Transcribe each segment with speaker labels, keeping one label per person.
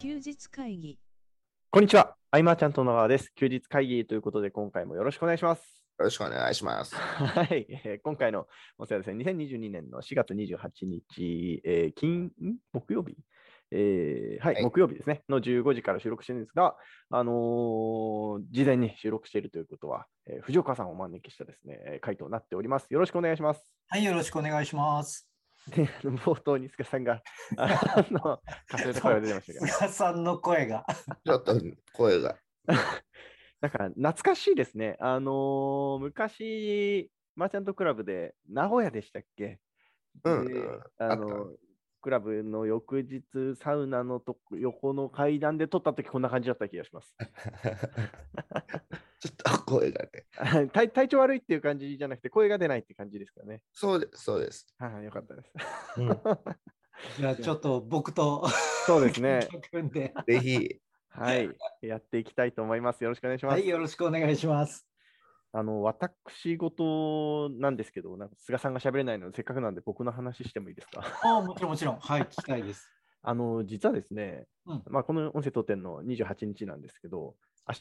Speaker 1: 休日会議
Speaker 2: こんにちは。アイマーちゃんと野川です。休日会議ということで、今回もよろしくお願いします。
Speaker 3: よろしくお願いします。
Speaker 2: はい、えー今回のお世話ですね、2022年の4月28日、えー金、ん木曜日、えーはい、
Speaker 3: はい
Speaker 2: 木曜日ですね、の15時から収録してるんですが、あのー事前に収録しているということは、えー藤岡さんをお招きしたですね、えー回答になっております。よろしくお願いします。
Speaker 4: はい、よろしくお願いします。
Speaker 2: で、あの冒頭に塚さんが、あ の、稼いだ声が出てましたけど、
Speaker 4: 菅さんの声が。
Speaker 3: ちょっと 声が。
Speaker 2: なんか懐かしいですね。あのー昔、マーチャントクラブで、名古屋でしたっけ
Speaker 3: うん
Speaker 2: で
Speaker 3: うん
Speaker 2: あ
Speaker 3: あった
Speaker 2: の、クラブの翌日、サウナのとこ横の階段で撮ったとき、こんな感じだった気がします。
Speaker 3: ちょっと声がね。
Speaker 2: 体体調悪いっていう感じじゃなくて、声が出ないって感じですからね。
Speaker 3: そうです、そうです。
Speaker 2: はい、よかったです。
Speaker 4: じゃあ、ちょっと僕と
Speaker 2: そうです ね。
Speaker 4: 組んで。
Speaker 3: ぜひ、
Speaker 2: はい、やっていきたいと思います。よろしくお願いします。
Speaker 4: はい、よろしくお願いします。
Speaker 2: あの、私事なんですけど、なんか菅さんが喋れないので、せっかくなんで僕の話してもいいですか
Speaker 4: あもちろん、もちろん。はい、聞きたいです。
Speaker 2: あの、実はですね、
Speaker 4: うん
Speaker 2: まあ、この音声当店の28日なんですけど、明日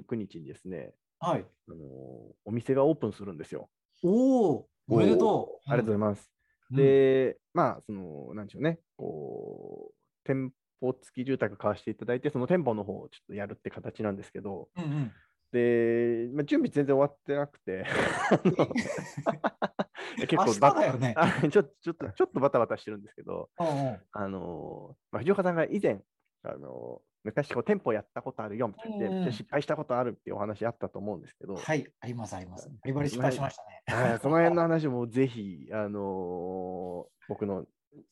Speaker 2: 29日にですね、
Speaker 4: はい。
Speaker 2: あのお店がオープンするんですよ。
Speaker 4: おお、おめでとう。
Speaker 2: ありがとうござい
Speaker 4: い
Speaker 2: ます。
Speaker 4: ま。
Speaker 2: で、まあ、その、なんでしょうね、こう、店舗付き住宅買わせていただいて、その店舗の方をちょっとやるって形なんですけど、
Speaker 4: うんうん。
Speaker 2: で、まあ、準備全然終わってなく て、結
Speaker 4: 明日
Speaker 2: バ
Speaker 4: だよね。
Speaker 2: あ ちょっと、ちょっと、ちょっとバタバタしてるんですけど、
Speaker 4: うんうん
Speaker 2: あのーまあ、藤岡さんが以前、あのー昔こう店舗やったことあるよみたいなで、
Speaker 4: うんうん
Speaker 2: で失敗したことあるっていうお話あったと思うんですけど、
Speaker 4: はい、あります、あります。バリバリ失敗しました ね。
Speaker 2: はいその辺の話もぜひ、あのー僕の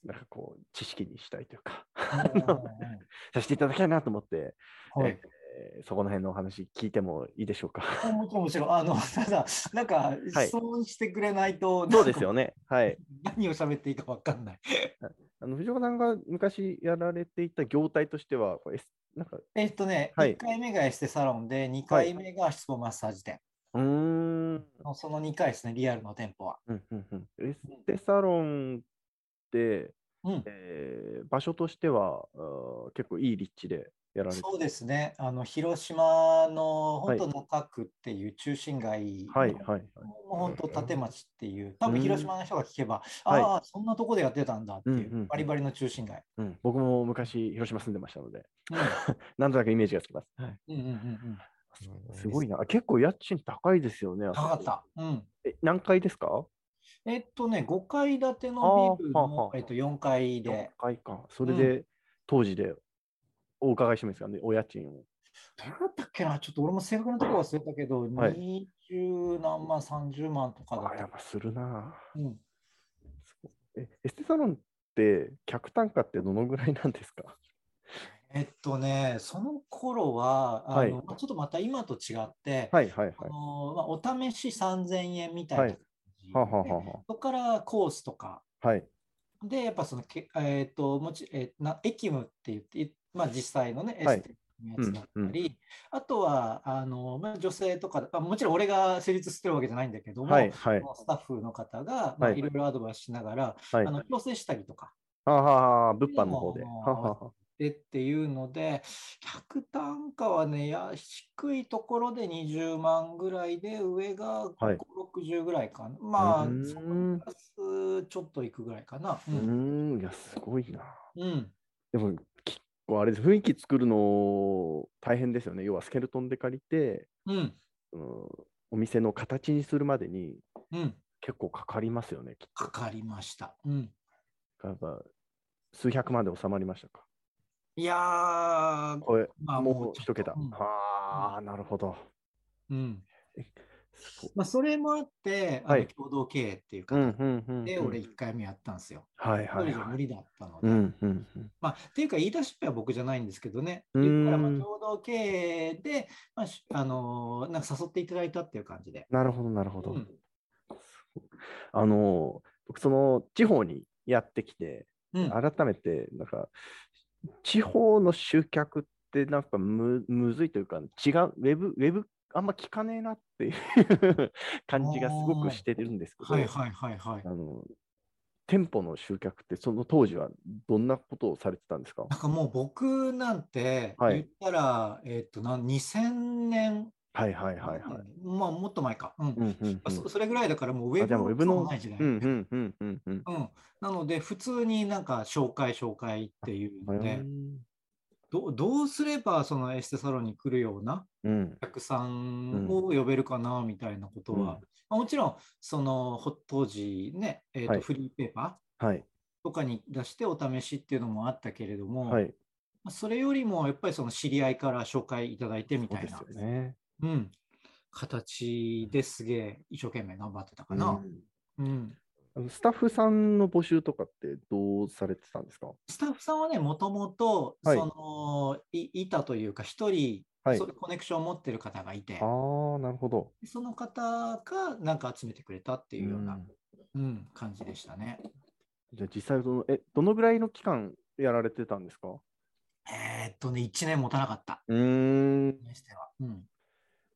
Speaker 2: なんかこう知識にしたいというか、 させていただきたいなと思って、
Speaker 4: うんうんうんはい。
Speaker 2: えーそこの辺のお話聞いてもいいでしょうか。
Speaker 4: あもちろん、もちろん。あの、 ただ、なんか、
Speaker 2: はい
Speaker 4: 質問してくれない と、
Speaker 2: そうですよね。はい。
Speaker 4: 何を喋っていいかわかんない。
Speaker 2: あの藤岡さんが昔やられていた業態としては、こう S- なんか、
Speaker 4: えっとね、
Speaker 2: はい
Speaker 4: 1回目がエステサロンで、2回目が質問マッサージ店。
Speaker 2: うーん、
Speaker 4: もうその2回ですね、リアルの店舗は。
Speaker 2: うんうんうん。エステサロンって、
Speaker 4: うん、
Speaker 2: えー場所としてはあー結構いい立地でやられて
Speaker 4: そうですね、あの広島の
Speaker 2: は
Speaker 4: 本
Speaker 2: い
Speaker 4: 当中区っていう中心街の、
Speaker 2: はいはいはい。
Speaker 4: もう本当立町っていう、多分広島の人が聞けば、
Speaker 2: はい
Speaker 4: ああ、そんなとこでやってたんだっていう、
Speaker 2: うんうんうん
Speaker 4: バリバリの中心街。
Speaker 2: うん、僕も昔広島住んでましたので、
Speaker 4: う
Speaker 2: なんとなくイメージがつきます。
Speaker 4: ん、うん、うん、うんうん。
Speaker 2: すごいな。あ結構家賃高いですよね。あそこ
Speaker 4: 高かった。うん。
Speaker 2: え何階ですか
Speaker 4: えっとね、5階建てのビル
Speaker 2: あーはあは
Speaker 4: の
Speaker 2: あ、
Speaker 4: えっと、4階
Speaker 2: ?4
Speaker 4: で、
Speaker 2: 階か。それで、当時でお伺いしてもいいですかね、お家賃を。
Speaker 4: どうだったっけな、ちょっと俺も正確なところ忘れたけど、
Speaker 2: はい
Speaker 4: 20何万、30万とかだ
Speaker 2: あ、や
Speaker 4: っ
Speaker 2: っぱするな。
Speaker 4: た。うん
Speaker 2: すごいえエステサロンって客単価ってどのぐらいなんですか
Speaker 4: えっとね、その頃は、あ
Speaker 2: はい
Speaker 4: のまあちょっとまた今と違って、
Speaker 2: はいはいはい。
Speaker 4: あのまあ、お試し3000円みたい
Speaker 2: は
Speaker 4: ない感じ
Speaker 2: はあ、はあ
Speaker 4: で
Speaker 2: は
Speaker 4: そこからコースとか、
Speaker 2: あ、はい。
Speaker 4: で、やっぱそのけ、えっともちえーなエキムって言って、いまあ、実際のね、エ
Speaker 2: はい
Speaker 4: ステのやつだった
Speaker 2: うん
Speaker 4: り、あとはあの、まあ、女性とか、まあ、もちろん俺が成立してるわけじゃないんだけども、
Speaker 2: はいはい
Speaker 4: そのスタッフの方が、ま
Speaker 2: は
Speaker 4: あ、
Speaker 2: い
Speaker 4: いろいろアドバイスしながら、
Speaker 2: はい。
Speaker 4: あの調整したりとか。
Speaker 2: あはあはあ、物販の方で。
Speaker 4: あ
Speaker 2: は
Speaker 4: の
Speaker 2: あはあは
Speaker 4: でっていうので、客単価はね、や低いところで20万ぐらいで、上が
Speaker 2: はい
Speaker 4: 5、60ぐらいかな。まあ、
Speaker 2: うーん
Speaker 4: そこプラスちょっといくぐらいかな。う
Speaker 2: あ。うー
Speaker 4: ん。
Speaker 2: ん、いや、すごいな。
Speaker 4: うん、
Speaker 2: でも、結構あれです、雰囲気作るの大変ですよね。要はスケルトンで借りて、
Speaker 4: うん、
Speaker 2: うん、お店の形にするまでに
Speaker 4: うん。
Speaker 2: 結構かかりますよね、きっ
Speaker 4: かかりました。うん。
Speaker 2: と。やっぱ数百万で収まりましたか。
Speaker 4: いやー、
Speaker 2: これ、
Speaker 4: まあ
Speaker 2: も
Speaker 4: もう
Speaker 2: う
Speaker 4: ちょっと
Speaker 2: 一桁。
Speaker 4: うん
Speaker 2: ああ、なるほど。
Speaker 4: うん。
Speaker 2: すごい
Speaker 4: まあ、それもあって、あの
Speaker 2: はい
Speaker 4: 共同経営っていう
Speaker 2: うん
Speaker 4: 形
Speaker 2: うんうんうん
Speaker 4: で、俺1回目やったんですよ。
Speaker 2: はい
Speaker 4: 一人
Speaker 2: はい
Speaker 4: じゃ
Speaker 2: は
Speaker 4: 無
Speaker 2: い。
Speaker 4: 理だったので。
Speaker 2: うんうんうん
Speaker 4: まあ、っていうか、言い出しっぺは僕じゃないんですけどね、
Speaker 2: うーん
Speaker 4: 言ったらまあ共同経営で、まあしあのーなんか誘っていただいたっていう感じで。
Speaker 2: なるほど、なるほ
Speaker 4: う
Speaker 2: ど。
Speaker 4: ん、
Speaker 2: あの、僕、その地方にやってきて、
Speaker 4: う ん、
Speaker 2: 改めて、なんか、地方の集客って、なんかむ、むずいというか、違う、ウェブ、ウェブ、あんま聞かねえなっていう感じがすごくしてるんですけど、
Speaker 4: はいはいはいはい
Speaker 2: あ。の、店舗の集客って、その当時はどんなことをされてたんですか
Speaker 4: なんかもう僕なんて
Speaker 2: はい
Speaker 4: 言ったら、えっとな2000年、
Speaker 2: はいはいはいはい。
Speaker 4: まあもっと前か、うん
Speaker 2: うんうんうん
Speaker 4: そそれぐらいだからもうウ
Speaker 2: あ
Speaker 4: ェ
Speaker 2: じゃあもうウェブ
Speaker 4: ブも
Speaker 2: の
Speaker 4: ない時代、
Speaker 2: うんうんうんうんうん。
Speaker 4: うんなので普通になんか紹介紹介っていうので、どどうすればそのエステサロンに来るような
Speaker 2: うん
Speaker 4: お客さんを呼べるかなみたいなことは、
Speaker 2: うん
Speaker 4: まあもちろんそのほ当時ね、えーと
Speaker 2: はい
Speaker 4: フリーペーパ
Speaker 2: はい
Speaker 4: ーとかに出してお試しっていうのもあったけれども、
Speaker 2: はい。
Speaker 4: まあそれよりもやっぱりその知り合いから紹介いただいてみ
Speaker 2: そう
Speaker 4: たい
Speaker 2: です
Speaker 4: な
Speaker 2: よ、ね。
Speaker 4: うん、形ですげえ一生懸命頑張ってたかな、
Speaker 2: うん
Speaker 4: うん
Speaker 2: あのスタッフさんの募集とかってどうされてたんですか
Speaker 4: スタッフさんはねもともと
Speaker 2: はい
Speaker 4: そのいいたというか一人、
Speaker 2: はい。あ
Speaker 4: そういうコネクションを持ってる方がいて
Speaker 2: あー、なるほど。
Speaker 4: その方がなんか集めてくれたっていうような、
Speaker 2: ん
Speaker 4: うん、感じでしたね。
Speaker 2: じゃあ実際その、え、どのぐらいの期間やられてたんですか
Speaker 4: えーっとね、1年持たなかった。
Speaker 2: うーん。
Speaker 4: ましてはうん、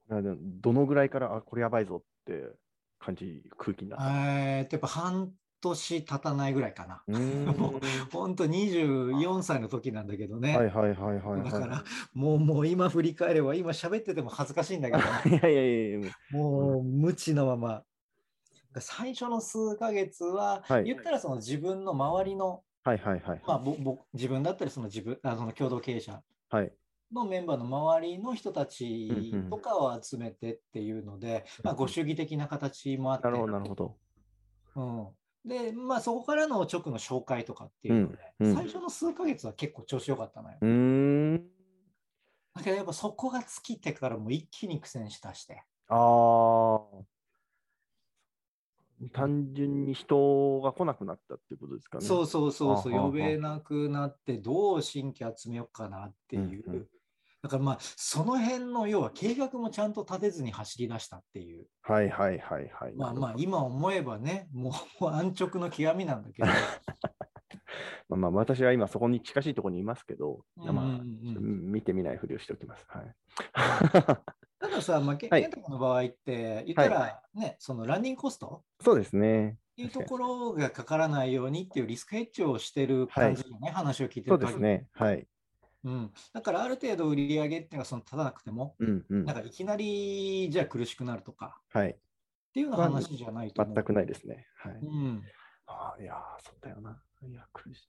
Speaker 2: なでもどのぐらいから、あ、これやばいぞって感じ、空気になった。
Speaker 4: えーっと、やっぱ半年経たないぐらいかな。
Speaker 2: うーん
Speaker 4: もほんと24歳の時なんだけどね。
Speaker 2: はいはいはいはいはい。
Speaker 4: だから、もうもう今振り返れば、今喋ってても恥ずかしいんだけど、
Speaker 2: いやいやいやいや、
Speaker 4: もう無知のまま。最初の数ヶ月は、
Speaker 2: はい
Speaker 4: 言ったらその自分の周りの、
Speaker 2: はいはいはい。
Speaker 4: まあ、ぼぼ自分だったりその自分あその共同経営者
Speaker 2: はい。
Speaker 4: のメンバーの周りの人たちとかを集めてっていうので、まあ、ご主義的な形もあって、
Speaker 2: なるほどなるほど。
Speaker 4: うん、で、まあ、そこからの直の紹介とかっていうので、
Speaker 2: うんうん
Speaker 4: 最初の数ヶ月は結構調子良かったのよ。
Speaker 2: うーん。
Speaker 4: だけどやっぱそこが尽きてからもう一気に苦戦したして。
Speaker 2: ああ。単純に人が来なくなったっていうことですかね。
Speaker 4: そうそうそうそう、
Speaker 2: あはあはあ
Speaker 4: 呼べなくなって、どう新規集めようかなっていう。
Speaker 2: うんうん
Speaker 4: だからまあ、その辺の要は計画もちゃんと立てずに走り出したっていう。
Speaker 2: はいはいはいはい。
Speaker 4: まあま
Speaker 2: な
Speaker 4: あ
Speaker 2: る、
Speaker 4: 今思えばね、もうもう安直の極みなんだけど。
Speaker 2: ほどまあまあ私は今そこに近しいところにいますけど、
Speaker 4: うん うん
Speaker 2: まあ、
Speaker 4: うん
Speaker 2: うん見てみないふりをしておきます。 はい。
Speaker 4: たださ、まあ、ケ
Speaker 2: はい
Speaker 4: ケンタ君の場合って、言ったら、ね、そのランニングコスト
Speaker 2: そうですね。
Speaker 4: っていうと
Speaker 2: 確か
Speaker 4: ころがかからないようにっていうリスクヘッジをしてる感じのね、話を聞いて
Speaker 2: そうで
Speaker 4: ると
Speaker 2: すね。はい。
Speaker 4: うん。だからある程度売り上げっていうのがその立たなくても、
Speaker 2: うんうん
Speaker 4: な。んかいきなりじゃあ苦しくなるとか
Speaker 2: はい。
Speaker 4: っていうような話じゃないと思う。
Speaker 2: 全くないですね。はい。
Speaker 4: うん。
Speaker 2: ああ、いやー、そうだよな。いや、苦しい。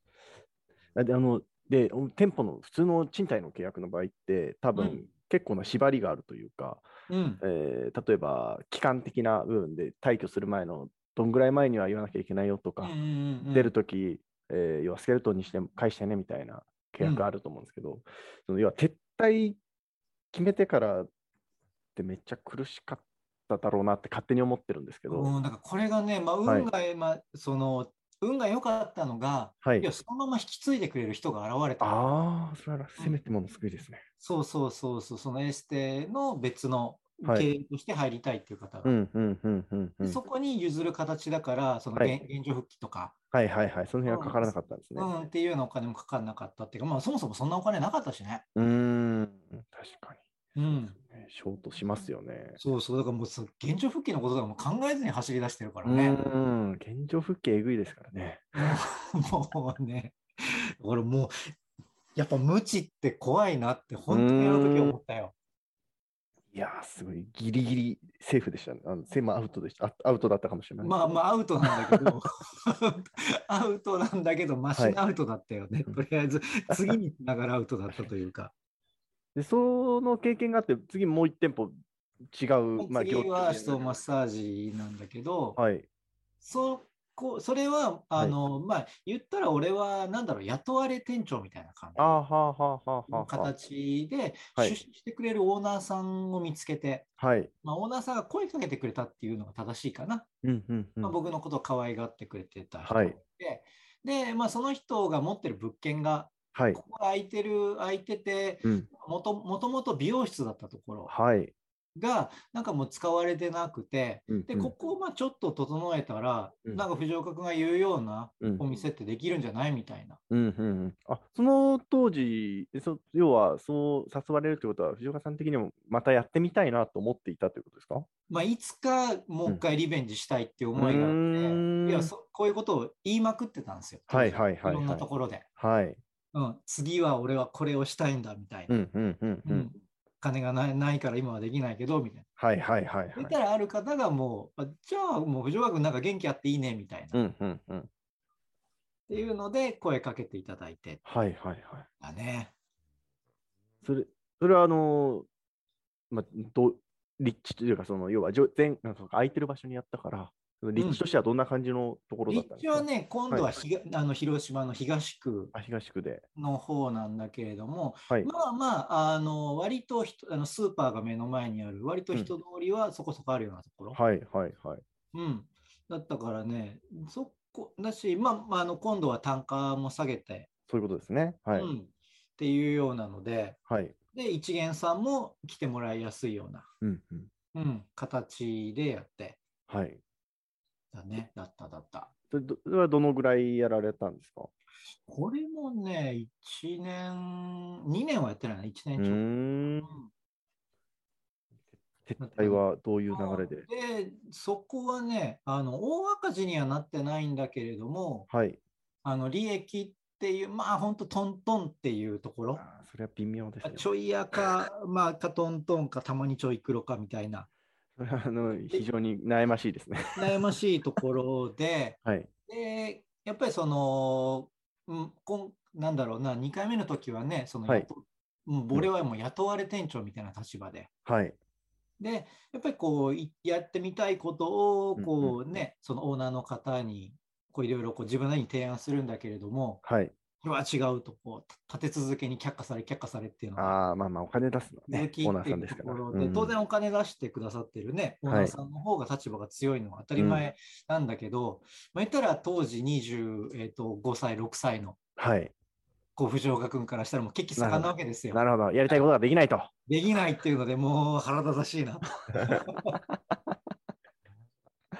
Speaker 2: だってあの、で、お店舗の普通の賃貸の契約の場合って、多分、
Speaker 4: うん
Speaker 2: 結構な縛りがあるというか、
Speaker 4: うん。
Speaker 2: えー例えば期間的な部分で退去する前のどんぐらい前には言わなきゃいけないよと
Speaker 4: う
Speaker 2: か
Speaker 4: ん、うんうん
Speaker 2: 出るとき、えー要はスケルトンにして返してねみたいな契約があると思うんですけど、その要は撤退決めてからってめっちゃ苦しかっただろうなって勝手に思ってるんですけど、
Speaker 4: うん、だからこれがね、まあ、運が、
Speaker 2: はい
Speaker 4: まあ、その、運が良かったのが、
Speaker 2: はい
Speaker 4: いや、そのまま引き継いでくれる人が現れた。
Speaker 2: ああ、それはせめてもの救いですね。
Speaker 4: そうそうそうそう、そのエステの別の
Speaker 2: はい
Speaker 4: 経営として入りたいっていう方が、
Speaker 2: うんうんうんうんう
Speaker 4: で
Speaker 2: ん。
Speaker 4: そこに譲る形だから、その
Speaker 2: はい
Speaker 4: 現,、現状復帰とか、
Speaker 2: はいはいはい。その辺はかからなかったんですね
Speaker 4: う。ん、っていうようなお金もかからなかったっていうか、まあ、そもそもそんなお金なかったしね。
Speaker 2: うーん、確か
Speaker 4: うん、
Speaker 2: に、ね。ショートしますよね。
Speaker 4: そうそう、だからもうそ現状復帰のこととかも考えずに走り出してるから
Speaker 2: う
Speaker 4: ね、
Speaker 2: ん、現状復帰えぐいですからね。
Speaker 4: もうね、俺もう、やっぱ無知って怖いなって、本当にあの時思ったよ。
Speaker 2: いやー、すごい、ギリギリセーフでしたね。あのセーマアウトでしたあ。アウトだったかもしれない。
Speaker 4: まあまあアウトなん だけど、アウトなんだけど、マシ
Speaker 2: はい
Speaker 4: なアウトだったよね。とりあえず、次につながるアウトだったというか。
Speaker 2: で、その経験があって、次もう一店舗違う、まあ、
Speaker 4: 次は
Speaker 2: 業
Speaker 4: 足とマッサージなんだけど、
Speaker 2: はい。
Speaker 4: そこそれは、あの、まあ、言ったら俺は、なんだろう、雇われ店長みたいな感じ
Speaker 2: あーはあはあはあ
Speaker 4: の
Speaker 2: はあは
Speaker 4: 形で、
Speaker 2: はい
Speaker 4: 出資してくれるオーナーさんを見つけて、
Speaker 2: あ。はい。
Speaker 4: まあ、オーナーさんが声かけてくれたっていうのが正しいかな。
Speaker 2: うんうんうん。
Speaker 4: まあ、僕のことを可愛がってくれてた
Speaker 2: は
Speaker 4: 人が
Speaker 2: い
Speaker 4: いて、で、まあ、その人が持ってる物件が、
Speaker 2: はい。
Speaker 4: ここが空いてる、空いてて、
Speaker 2: うん。
Speaker 4: もともともと美容室だったところ
Speaker 2: はい。
Speaker 4: が、なんかもう使われてなくて、
Speaker 2: うん
Speaker 4: で、ここをまあちょっと整えたら、
Speaker 2: うん
Speaker 4: なんか藤岡君が言うような
Speaker 2: うん
Speaker 4: お店ってできるんじゃないみたいな。
Speaker 2: うんうんうん、あその当時そ、要はそう誘われるということは、藤岡さん的にもまたやってみたいなと思っていたということですか
Speaker 4: まあ、いつかもう一回リベンジしたいっていう思いがあって、
Speaker 2: うーん
Speaker 4: いやそこういうことを言いまくってたんですよ。
Speaker 2: はいはいはいはい
Speaker 4: いろんなところで。
Speaker 2: はい。
Speaker 4: うん、次は俺はこれをしたいんだみたいな。
Speaker 2: うんうんうんう
Speaker 4: うんん。金がないないから今はできないけどみたいな。
Speaker 2: はいはいはいはい
Speaker 4: そしたらある方がもう、あじゃあもう藤岡君なんか元気あっていいねみたいな。
Speaker 2: う
Speaker 4: っ
Speaker 2: んうんうん。
Speaker 4: ていうので声かけていただいて
Speaker 2: はいはいはい。
Speaker 4: だね。
Speaker 2: それ、それはあのー、まあ、ど、立地というか、その、要は、じょ全、なんか空いてる場所にやったから、その立地としてはどんな感じのところだったん
Speaker 4: 立
Speaker 2: ですか、
Speaker 4: 地はね、今度はひがあの広島の東区
Speaker 2: あ東区で。
Speaker 4: の方なんだけれども、
Speaker 2: はい。
Speaker 4: まあまあ、あの割と人あのスーパーが目の前にある、割と人通りはそこそこあるようなところ、
Speaker 2: はいはいはい。
Speaker 4: うん、だったからね、そこだし、まあまあ、あの今度は単価も下げて、
Speaker 2: そういうことですね。はい。
Speaker 4: うん、っていうようなので、
Speaker 2: はい。
Speaker 4: で一元さんも来てもらいやすいような、
Speaker 2: うんうん。
Speaker 4: うん、形でやって
Speaker 2: はい。
Speaker 4: だね、だっただった。
Speaker 2: それどそれはどのぐらいやられたんですか
Speaker 4: これもね、1年、2年はやってないな、1
Speaker 2: う
Speaker 4: 年
Speaker 2: ー
Speaker 4: ちょっと。
Speaker 2: ん。
Speaker 4: うん
Speaker 2: 撤退はどういう流れで
Speaker 4: で、そこはね、あの大赤字にはなってないんだけれども、
Speaker 2: はい。
Speaker 4: あの利益っていう、まあ本当トントンっていうところ、
Speaker 2: あーそれは微妙ですね。
Speaker 4: ちょい赤、まあかトントンか、たまにちょい黒かみたいな、
Speaker 2: それ はあの非常に悩ましいですね。
Speaker 4: 悩ましいところで、
Speaker 2: はい。
Speaker 4: でやっぱりその、うんこんなんだろうな、2回目の時はね、その
Speaker 2: はい
Speaker 4: 雇うん俺はもう雇われ店長みたいな立場で。
Speaker 2: はい。
Speaker 4: で、やっぱりこう、いやってみたいことを、
Speaker 2: うんうん
Speaker 4: こうね、そのオーナーの方に、こういろいろこう自分なりに提案するんだけれども、
Speaker 2: はい。
Speaker 4: これは違うと、こう、立て続けに却下され、却下されっていうのが
Speaker 2: ああ、まあまあ、お金出すのはね
Speaker 4: 続、き
Speaker 2: オー
Speaker 4: っ
Speaker 2: ナー
Speaker 4: てい
Speaker 2: さん
Speaker 4: う
Speaker 2: です
Speaker 4: と
Speaker 2: か
Speaker 4: こ
Speaker 2: ら。
Speaker 4: ろ
Speaker 2: う
Speaker 4: で、
Speaker 2: ん
Speaker 4: 当然お金出してくださってるね、オーナーさんの方が立場が強いのは当たり前なんだけど、まあ言ったら当時25歳、6歳の、
Speaker 2: はい。
Speaker 4: こう、藤岡君からしたらもう血気盛んなわけですよ
Speaker 2: な。るほど。やりたいことができないと。
Speaker 4: できないっていうので、もう腹立たしいな。っ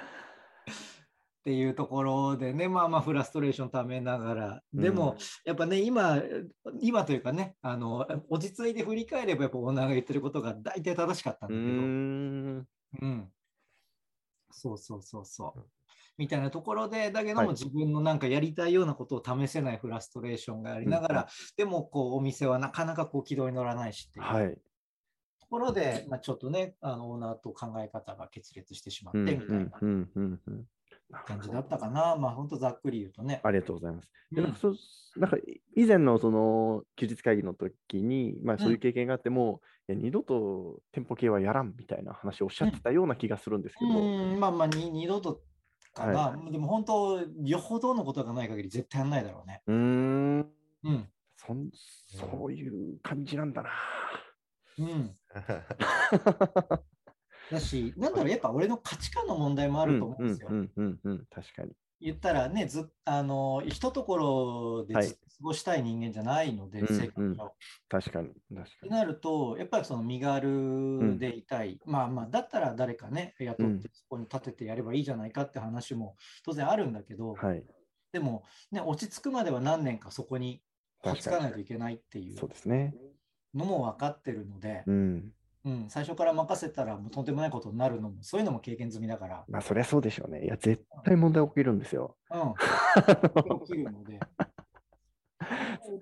Speaker 4: ていうところでね、まあまあフラストレーションためながら、でも、やっぱね、今、今というかね、あの、落ち着いて振り返れば、やっぱオーナーが言ってることが大体正しかった
Speaker 2: う
Speaker 4: んだ
Speaker 2: ー
Speaker 4: けど、
Speaker 2: ん。
Speaker 4: うん。そうそうそうそう。みたいなところで、だけど
Speaker 2: はい
Speaker 4: も自分のなんかやりたいようなことを試せないフラストレーションがありながら、
Speaker 2: うん
Speaker 4: でもこうお店はなかなかこう軌道に乗らないしっていう
Speaker 2: はい。
Speaker 4: ところで、まあ、ちょっとね、あのオーナーと考え方が決裂してしまって
Speaker 2: う
Speaker 4: み
Speaker 2: ん
Speaker 4: た
Speaker 2: う
Speaker 4: いなん
Speaker 2: うんうんうん。
Speaker 4: 感じだったかな。まあ、本当ざっくり言うとね。
Speaker 2: ありがとうございます。で
Speaker 4: うん
Speaker 2: なんかそなんか以前のその休日会議の時に、まあ、そういう経験があっても、いや二度と店舗系はやらんみたいな話をおっしゃってたような気がするんですけど、
Speaker 4: うん、まあまあ、に二度とかな。
Speaker 2: は
Speaker 4: でも本当、よほどのことがない限り絶対やんないだろうね。
Speaker 2: うーん
Speaker 4: うん。
Speaker 2: そんそういう感じなんだな。
Speaker 4: うん。だし、なんだろう、やっぱ俺の価値観の問題もあ
Speaker 2: あ
Speaker 4: ると思うんですよ。
Speaker 2: うんうんうんうん、確かに。
Speaker 4: 言ったらね、ずっあの、ひとところで
Speaker 2: はい
Speaker 4: ずっと過ごしたい人間じゃないので、
Speaker 2: うん
Speaker 4: 性格上
Speaker 2: うん確かに。確
Speaker 4: って
Speaker 2: かに。
Speaker 4: なると、やっぱりその身軽でいたい、まあまあ、だったら誰かね、雇ってそこに立ててやればいいじゃないかって話も当然あるんだけど、
Speaker 2: はい。
Speaker 4: でも、ね、落ち着くまでは何年かそこに立ちつ
Speaker 2: 確
Speaker 4: か
Speaker 2: か
Speaker 4: ない
Speaker 2: に。
Speaker 4: といけないっていう
Speaker 2: そうですね。
Speaker 4: のも分かってるので、
Speaker 2: うん。
Speaker 4: うん、最初から任せたらもうとんでもないことになるのも、そういうのも経験済みだから、
Speaker 2: まあ、そりゃそうでしょうね。いや、絶対問題起きるんですよ。
Speaker 4: うん、起きるので。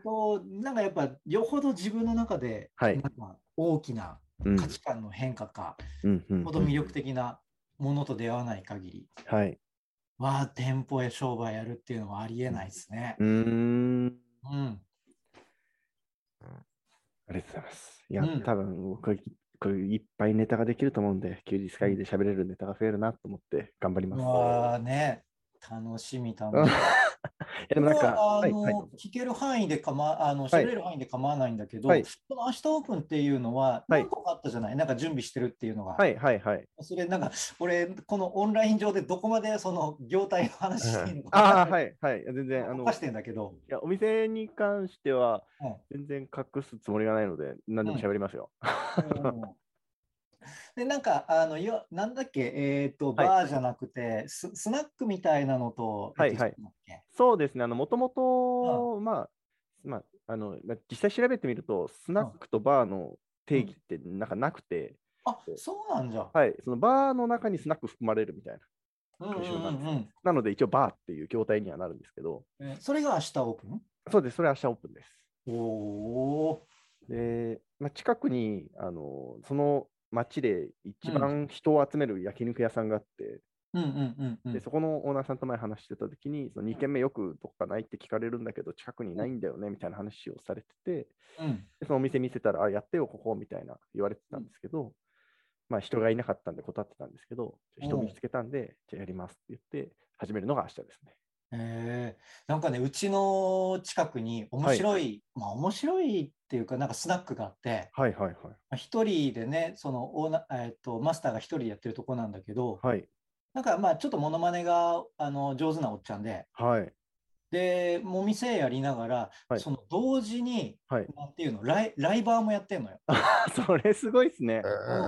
Speaker 4: そうなんかやっぱよほど自分の中で
Speaker 2: はい
Speaker 4: なんか大きな
Speaker 2: うん
Speaker 4: 価値観の変化か、
Speaker 2: うんうんうん
Speaker 4: ほど魅力的なものと出会わない限り
Speaker 2: はい。
Speaker 4: は店舗へ商売やるっていうのはありえないですね
Speaker 2: う。ーん。
Speaker 4: うん。
Speaker 2: ありがとうございます。いや、
Speaker 4: うん
Speaker 2: 多分僕はこれいっぱいネタができると思うんで、休日会議で喋れるネタが増えるなと思って頑張り
Speaker 4: う
Speaker 2: ます。
Speaker 4: わあね、楽しみ楽
Speaker 2: うん
Speaker 4: し
Speaker 2: い
Speaker 4: み。
Speaker 2: やでもなんか、
Speaker 4: ここはあ
Speaker 2: はい
Speaker 4: の、
Speaker 2: はい
Speaker 4: 聞ける範囲でかまあ
Speaker 2: は
Speaker 4: の
Speaker 2: い
Speaker 4: 喋れる範囲で構わないんだけど、
Speaker 2: はい
Speaker 4: この明日オープンっていうのは
Speaker 2: はい
Speaker 4: 何個かあったじゃない、なんか準備してるっていうのが。
Speaker 2: はいはいはい。
Speaker 4: それなんか俺このオンライン上でどこまでその業態の話していいのか
Speaker 2: ああ、
Speaker 4: い。
Speaker 2: はいはい。全然、 あの、
Speaker 4: かしてんだけど、
Speaker 2: いやお店に関しては
Speaker 4: うん
Speaker 2: 全然隠すつもりがないので、何でも喋りますよ。
Speaker 4: で、なんか、あの、よ、なんだっけ、えっ、
Speaker 2: は
Speaker 4: と、
Speaker 2: い
Speaker 4: バーじゃなくて、ス、スナックみたいなのと。
Speaker 2: はい
Speaker 4: えっと
Speaker 2: はい
Speaker 4: なんだっけ
Speaker 2: そうですね、あの、もともと、まあ、まあ、あの、まあ実際調べてみると、スナックとバーの定義ってなんかなくて、
Speaker 4: あ、そうなんじゃ。
Speaker 2: はい、そのバーの中にスナック含まれるみたいな。
Speaker 4: うんうん
Speaker 2: 今週なんです
Speaker 4: うん
Speaker 2: なので一応バーっていう業態にはなるんですけど、
Speaker 4: えそれが明日オープン
Speaker 2: そうです、それ明日オープンです。
Speaker 4: おお
Speaker 2: で、まあ、近くにあのその町で一
Speaker 4: うん
Speaker 2: 番人を集める焼肉屋さんがあって、
Speaker 4: ー。うんうんうんうん。
Speaker 2: でそこのオーナーさんと前話してた時にその2軒目よくどっかないって聞かれるんだけど近くにないんだよねみたいな話をされてて
Speaker 4: うん
Speaker 2: でそのお店見せたらあやってよここみたいな言われてたんですけど、まあ、人がいなかったんで断ってたんですけど人
Speaker 4: おう
Speaker 2: 見つけたんでじゃあやりますって言って始めるのが明日ですね。
Speaker 4: えー、なんかねうちの近くに面白い、まあ面白いっていうかなんかスナックがあって
Speaker 2: はいはいはい。
Speaker 4: まあ一人でねそのオーナ、えーっとマスターが一人でやってるとこなんだけど、
Speaker 2: はい。
Speaker 4: なんかまあちょっとモノマネがあの上手なおっちゃんで
Speaker 2: はい。
Speaker 4: でもう店やりながら、
Speaker 2: はい
Speaker 4: その同時に、
Speaker 2: はい
Speaker 4: なんていうのライライバーもやってんのよ。
Speaker 2: それすごいですね。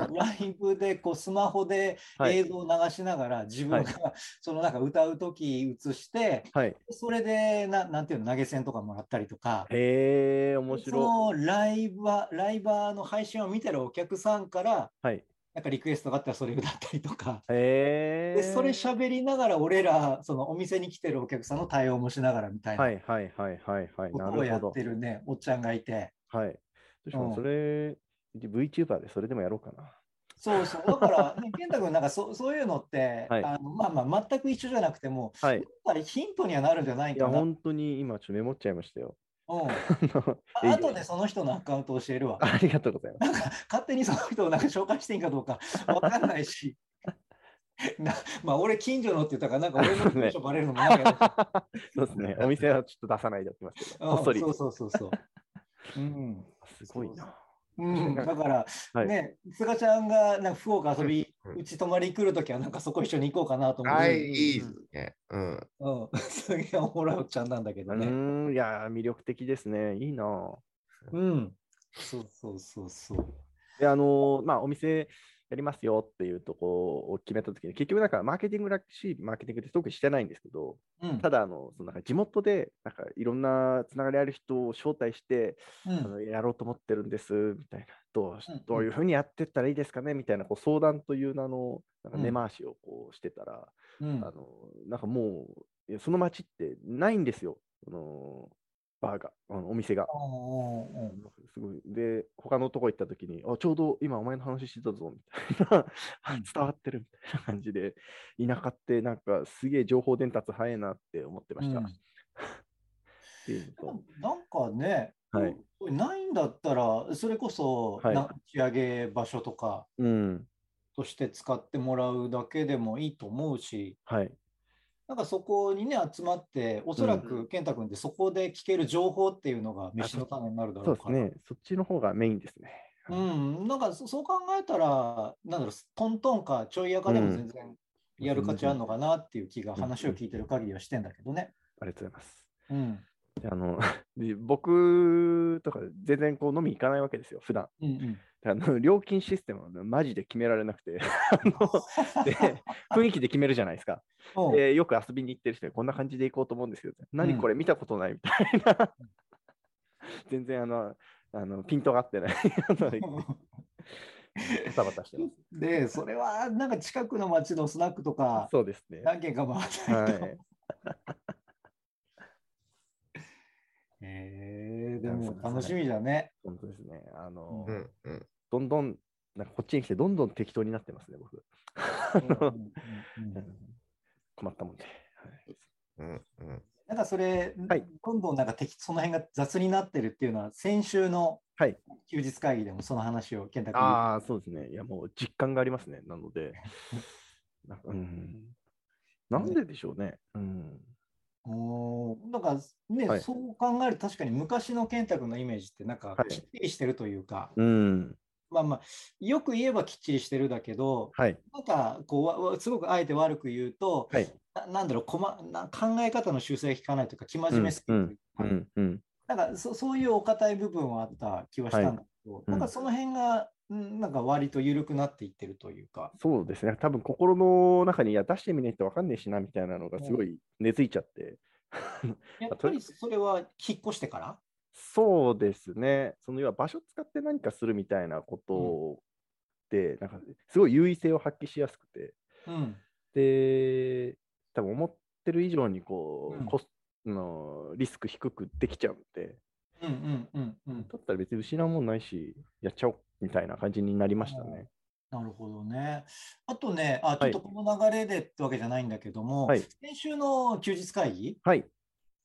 Speaker 3: うん
Speaker 4: ライブでこうスマホで
Speaker 2: はい
Speaker 4: 映像を流しながら、自分が、 そのなんか歌う時映して
Speaker 2: はい。
Speaker 4: それでななんていうの投げ銭とかもらったりとか。
Speaker 2: へえ、面白い。
Speaker 4: そのライバーライバーの配信を見てるお客さんから
Speaker 2: はい。
Speaker 4: なんかリクエストがあったらそれ歌ったりとか、
Speaker 2: へえ。
Speaker 4: でそれ喋りながら俺らそのお店に来てるお客さんの対応もしながらみたいな
Speaker 2: はいはいはいはいはい。
Speaker 4: こ
Speaker 2: な
Speaker 4: とをや
Speaker 2: るほ
Speaker 4: って
Speaker 2: ど。
Speaker 4: るねおっちゃんがいて
Speaker 2: はい。確かにそれ、VTuber でそれでもやろうかな。
Speaker 4: そうそうだから、ね、健太君なんかそそういうのって、
Speaker 2: はい
Speaker 4: あのまあまあ全く一緒じゃなくても
Speaker 2: はい。
Speaker 4: やっぱりヒントにはなるんじゃない
Speaker 2: い
Speaker 4: か
Speaker 2: や、
Speaker 4: な。うん
Speaker 2: 本当に今、ちょっとメモっちゃいましたよ。
Speaker 4: ああとでその人のアカウント教えるわ。
Speaker 2: ありがとうございます。
Speaker 4: 勝手にその人をなんか紹介していいかどうかわかんないし。なまあ俺近所のって言ったからなんか俺の住所バレるのもなんかやだし
Speaker 2: そうです ね。お店はちょっと出さないでおきますけど、
Speaker 4: うん
Speaker 2: こっそり
Speaker 4: そ。うそうそうそう。うん。
Speaker 2: すごい な。
Speaker 4: うん、だから、
Speaker 2: はい
Speaker 4: ね、すがちゃんがなんか福岡遊び、
Speaker 3: うんうん
Speaker 4: うち泊まり来るときは、なんかそこ一緒に行こうかなと思う。
Speaker 3: はい、いいですね。うん。
Speaker 4: うん、 すげえおもらうちゃんなんだけ
Speaker 2: う
Speaker 4: どね。
Speaker 2: ーん、いやー、魅力的ですね。いいな。
Speaker 4: うん。そうそうそうそう。
Speaker 2: で、あのーまあ、お店やりますよっていうとこを決めたときに、結局なんかマーケティングらしいマーケティングって特にしてないんですけど、
Speaker 4: うん
Speaker 2: ただあの、そのなんか地元でなんかいろんなつながりある人を招待して、あ
Speaker 4: うん
Speaker 2: のやろうと思ってるんですみたいな、どうし
Speaker 4: うんうん
Speaker 2: どういうふうにやってったらいいですかねみたいなこう相談という名のなんか
Speaker 4: う
Speaker 2: 根
Speaker 4: ん
Speaker 2: 回しをこうしてたら、
Speaker 4: うん
Speaker 2: あのなんかもう、いやその町ってないんですよ、そのバーが、あのお店が。
Speaker 4: おーおーおー
Speaker 2: すごい。で、他のとこ行った時に、あ、ちょうど今お前の話してたぞ、みたいな、あ 伝わってるみたいな感じで、田舎ってなんかすげえ情報伝達早いなって思ってました。
Speaker 4: うん
Speaker 2: っていうのと
Speaker 4: なんかね、
Speaker 2: はい
Speaker 4: ないんだったら、それこそ、
Speaker 2: はい
Speaker 4: なんか打ち上げ場所とか
Speaker 2: うん。
Speaker 4: として使ってもらうだけでもいいと思うし、
Speaker 2: はい。
Speaker 4: なんかそこにね、集まって、おそら
Speaker 2: う
Speaker 4: く健太君ってそこで聞ける情報っていうのが飯の種になるだ
Speaker 2: そう
Speaker 4: ろう
Speaker 2: です
Speaker 4: から。
Speaker 2: ね。そっちの方がメインですね。
Speaker 4: うん、なんかそそう考えたら、なんだろう、トントンかちょい赤でも
Speaker 2: うん
Speaker 4: 全然やる価値あるのかなっていう気が
Speaker 2: うん
Speaker 4: 話を聞いてる限りはしてんだけどね。
Speaker 2: ありがとうございます。
Speaker 4: うん、
Speaker 2: であの で僕とか全然こう飲み行かないわけですよ、普段
Speaker 4: うん、うん。
Speaker 2: あの 料金システムはねマジで決められなくて、 あので雰囲気で決めるじゃないですか。
Speaker 4: おう
Speaker 2: でよく遊びに行ってる人にこんな感じで行こうと思うんですけど、何これ見たことないみたいな、 全然あのあのピントが合ってない、 あのバタバタしてます。
Speaker 4: で、それはなんか近くの町のスナックとか
Speaker 2: そうですね。
Speaker 4: 何軒か回って
Speaker 2: は
Speaker 4: ないと。
Speaker 2: い、
Speaker 4: へえで
Speaker 2: そ
Speaker 4: も
Speaker 2: うですね
Speaker 4: 楽しみだね。
Speaker 2: 本当ですね。あの、
Speaker 3: うん。うん。
Speaker 2: どんどん、なんかこっちに来て、どんどん適当になってますね、僕。あ
Speaker 4: うん
Speaker 2: の
Speaker 4: うんうん
Speaker 2: 困ったもんで。はい
Speaker 3: うん。うん。
Speaker 4: なんかそれ、
Speaker 2: はい
Speaker 4: どんどんなんか適その辺が雑になってるっていうのは、先週の
Speaker 2: はい
Speaker 4: 休日会議でもその話を健太君に
Speaker 2: ああ、そうですね。いや、もう実感がありますね。なので、なんかうん、なんででしょうね。うん、
Speaker 4: おーなんかね、
Speaker 2: はい
Speaker 4: そう考えると確かに昔の健太君のイメージってなんか
Speaker 2: はい
Speaker 4: きっちりしてるというか、
Speaker 2: うん、
Speaker 4: まあまあよく言えばきっちりしてるだけど
Speaker 2: はい、
Speaker 4: なんかこうわわすごくあえて悪く言うと
Speaker 2: はい、
Speaker 4: ななんだろうこ、ま、な考え方の修正が効かないというか生真面目すぎるという
Speaker 2: う
Speaker 4: か、
Speaker 2: ん、うん。
Speaker 4: なんかそそういうお堅い部分はあった気はしたんだけど、
Speaker 2: い
Speaker 4: なんかその辺が、うん、なんか割と緩くなっていってるというか。
Speaker 2: そうですね、多分心の中に、いや、出してみないと分かんねえしなみたいなのがすごい根付いちゃって、
Speaker 4: やっぱりそれは引っ越してから
Speaker 2: そうですね、その要は場所使って何かするみたいなことで、なんかすごい優位性を発揮しやすくて、
Speaker 4: うん。
Speaker 2: で、多分思ってる以上にこう、
Speaker 4: うん
Speaker 2: コスのリスク低くできちゃうんで、
Speaker 4: うんうんうんうん。
Speaker 2: だったら別に失うもんないし、やっちゃおうみたいな感じになりましたね。
Speaker 4: なるほどね。あとね、あちょ
Speaker 2: は
Speaker 4: っ
Speaker 2: い
Speaker 4: とこの流れでってわけじゃないんだけども、
Speaker 2: はい
Speaker 4: 先週の休日会議、
Speaker 2: はい、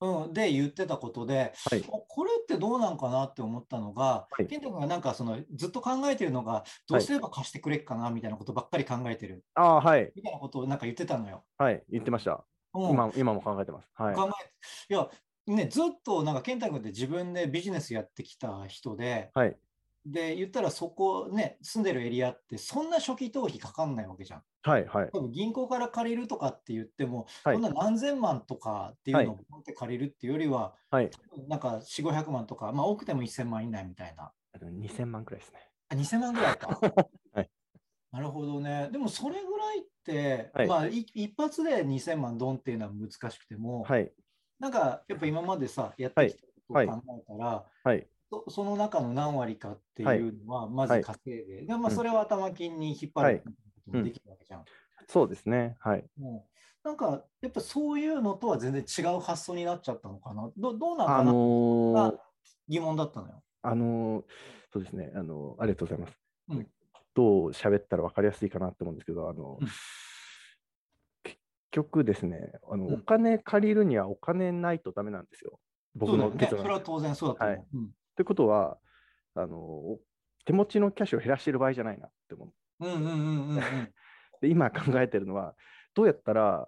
Speaker 4: うん、で言ってたことで、
Speaker 2: はい、
Speaker 4: おこれってどうなんかなって思ったのが、
Speaker 2: い
Speaker 4: 健太君がなんかそのずっと考えてるのが、どうすれば貸してくれっかなみたいなことばっかり考えてる、
Speaker 2: ああ、はい、
Speaker 4: みたいなことをなんか言ってたのよ。
Speaker 2: はい、言ってました。
Speaker 4: うん
Speaker 2: 今今も考えてます。はい、
Speaker 4: 考えいや、ね、ずっとなんか健太君って自分でビジネスやってきた人で、
Speaker 2: はい、
Speaker 4: で、言ったらそこね、住んでるエリアってそんな初期投費かかんないわけじゃん。
Speaker 2: はい、はい、
Speaker 4: 多分銀行から借りるとかって言っても、
Speaker 2: はい
Speaker 4: こんな何千万とかっていうのをボンって借りるっていうよりは、
Speaker 2: はい。
Speaker 4: なんか4、500万とか、まあ多くても1000万以内みたいな。
Speaker 2: あの2000万くらいですね。
Speaker 4: あ、2000万ぐらいか。
Speaker 2: はい
Speaker 4: なるほどね。でもそれぐらいって、
Speaker 2: はい
Speaker 4: まあい一発で2000万ドンっていうのは難しくても、
Speaker 2: はい、
Speaker 4: なんかやっぱ今までさ、やってきたこと
Speaker 2: は
Speaker 4: を
Speaker 2: い
Speaker 4: 考えたら、
Speaker 2: はい、
Speaker 4: そその中の何割かっていうのはまず稼いで、でまあ、
Speaker 2: うん
Speaker 4: それを頭金に引っ張ることもできるわけじゃん。
Speaker 2: そうですね。はい。
Speaker 4: もうなんかやっぱそういうのとは全然違う発想になっちゃったのかな。どどうなん
Speaker 2: あ
Speaker 4: かな
Speaker 2: のー
Speaker 4: が疑問だったのよ。
Speaker 2: あのーそうですね。あのーありがとうございます。
Speaker 4: うん
Speaker 2: どう喋ったら分かりやすいかなと思うんですけど、あのー
Speaker 4: うん
Speaker 2: 結局ですねあの、
Speaker 4: うん
Speaker 2: お金借りるにはお金ないとダメなんですよ。僕の
Speaker 4: そうだよ
Speaker 2: 結
Speaker 4: ね、
Speaker 2: 論。
Speaker 4: それは当然そうだと思う。
Speaker 2: はい
Speaker 4: うん
Speaker 2: ということはあのーお手持ちのキャッシュを減らしてる場合じゃないなって思う。
Speaker 4: うんうんうんうんうん。
Speaker 2: で今考えてるのはどうやったら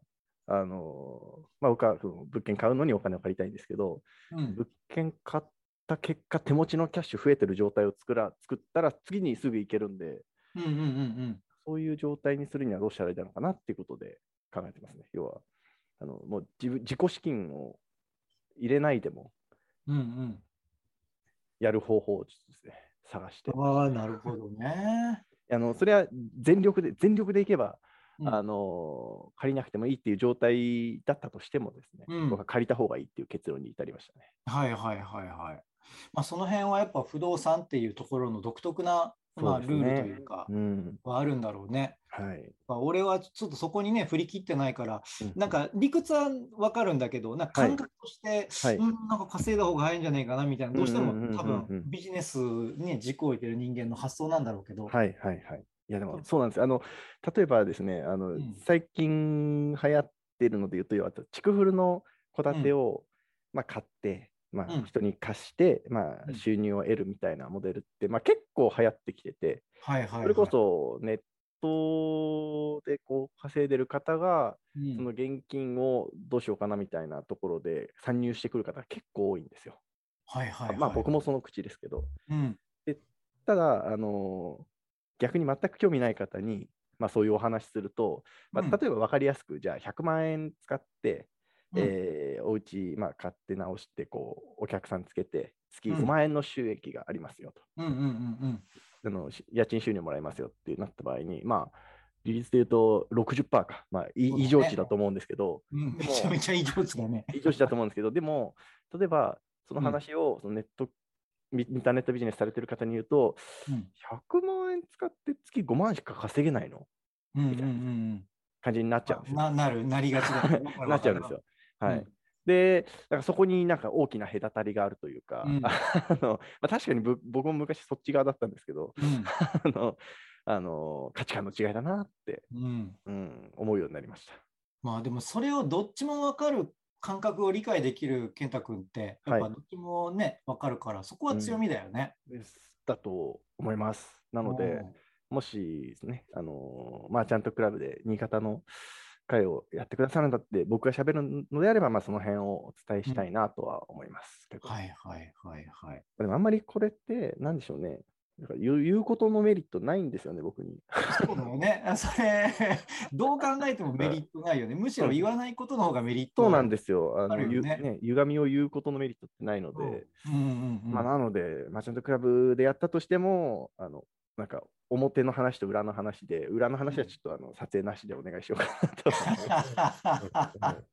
Speaker 2: あのーまあ、僕はその物件買うのにお金を借りたいんですけど、
Speaker 4: うん
Speaker 2: 物件買った結果、手持ちのキャッシュ増えてる状態を作ら作ったら、次にすぐ行けるんで、
Speaker 4: うんうんうん
Speaker 2: そういう状態にするにはどうしたらいいのかなっていうことで考えてますね。要は、あのもう自分自己資金を入れないでも
Speaker 4: うん。うん
Speaker 2: やる方法をちょっとですね、探して。
Speaker 4: うん、ああ、なるほどね。
Speaker 2: あのそれは全力で、全力でいけば、
Speaker 4: うん
Speaker 2: あの、借りなくてもいいっていう状態だったとしてもですね、
Speaker 4: うん
Speaker 2: 僕は借りた方がいいっていう結論に至りましたね。
Speaker 4: はいはいはいはい。まあ、その辺はやっぱ不動産っていうところの独特な、まあ、
Speaker 2: そうで
Speaker 4: ル
Speaker 2: すね
Speaker 4: ールというか、
Speaker 2: うん。
Speaker 4: はあるんだろうね。
Speaker 2: はい。
Speaker 4: まあ、俺はちょっとそこにね、振り切ってないから、
Speaker 2: うん
Speaker 4: なんか理屈はわかるんだけど、なんか
Speaker 2: はい
Speaker 4: 感覚として、
Speaker 2: はい
Speaker 4: うん、なんか稼いだ方が早いんじゃないかなみたいな、どうしても
Speaker 2: うんうんうんうんうん
Speaker 4: 多分ビジネスに軸を置いてる人間の発想なんだろうけど、
Speaker 2: はいはいはい。いやで
Speaker 4: う
Speaker 2: も
Speaker 4: ん
Speaker 2: そうなんです。あの例えばですね、あの、
Speaker 4: ん
Speaker 2: 最近流行ってるので言うと、要はチクフルの戸建てを、まあ買って、ま
Speaker 4: うん
Speaker 2: あ人に貸して、ま
Speaker 4: うん
Speaker 2: あ収入を得るみたいなモデルって、まあ結構流行ってきてて、
Speaker 4: はいはいはい、
Speaker 2: それこそネットでこう稼いでる方が、
Speaker 4: う
Speaker 2: そ
Speaker 4: ん、
Speaker 2: の現金をどうしようかなみたいなところで参入してくる方が結構多いんですよ。
Speaker 4: はいはいはい、
Speaker 2: まあ僕もその口ですけど。
Speaker 4: うん、
Speaker 2: ただ、あの逆に全く興味ない方に、まあ、そういうお話すると、ま
Speaker 4: うん
Speaker 2: あ、例えば分かりやすく、じゃあ100万円使って、
Speaker 4: うん
Speaker 2: えーお家、まあ、買って直してこうお客さんつけて月
Speaker 4: うん
Speaker 2: 5万円の収益がありますよと、
Speaker 4: うんうんうん
Speaker 2: あのし家賃収入もらえますよってなった場合に、まあ、利率で言うと60%か、まあ、い
Speaker 4: そうだね
Speaker 2: 異常値だと思うんですけ ど、
Speaker 4: うんうん、めちゃめちゃ異常値だね。
Speaker 2: 異常値だと思うんですけど、でも、例えばその話をそのネット、インターネットビジネスされてる方に言うと、
Speaker 4: うん
Speaker 2: 100万円使って月5万しか稼げないの
Speaker 4: うんうんうん
Speaker 2: 感じになっちゃうんで
Speaker 4: う
Speaker 2: す
Speaker 4: ん、
Speaker 2: よ。
Speaker 4: ななる、なりがち
Speaker 2: 。
Speaker 4: だ、ね
Speaker 2: なっちゃうんですよ。はい。
Speaker 4: うん
Speaker 2: で、だからそこになんか大きな隔たりがあるというか、
Speaker 4: うん
Speaker 2: あのまあ、確かにぶ僕も昔そっち側だったんですけど、
Speaker 4: うん。
Speaker 2: あのあの価値観の違いだなって、
Speaker 4: うん
Speaker 2: うん、思うようになりました。
Speaker 4: まあでもそれをどっちも分かる感覚を理解できる健太君ってや
Speaker 2: は
Speaker 4: っ
Speaker 2: い
Speaker 4: ぱどっちもね、分かるからそこは強みだよね。
Speaker 2: ですだと思います。な
Speaker 4: な
Speaker 2: ので、もしですね、あのマーチャントクラブで新潟の会をやってくださるんだって、僕が喋るのであれば、まあ、その辺をお伝えしたいなとは思いますけど。
Speaker 4: はいはいはいはい。
Speaker 2: でもあんまりこれって、なんでしょうね。なんか言う言うことのメリットないんですよね、僕に。
Speaker 4: そうだよね。あそれどう考えてもメリットないよね。むしろ言わないことの方がメリット
Speaker 2: そうなん
Speaker 4: で
Speaker 2: ですよ。あの
Speaker 4: あるよね
Speaker 2: ゆ歪みを言うことのメリットってないの
Speaker 4: うん
Speaker 2: で、
Speaker 4: うんうん
Speaker 2: まあ、なので、マーチャントクラブでやったとしても、あのなんか表の話と裏の話で、裏の話はちょっとあの撮影なしでお願いしようかなと思います。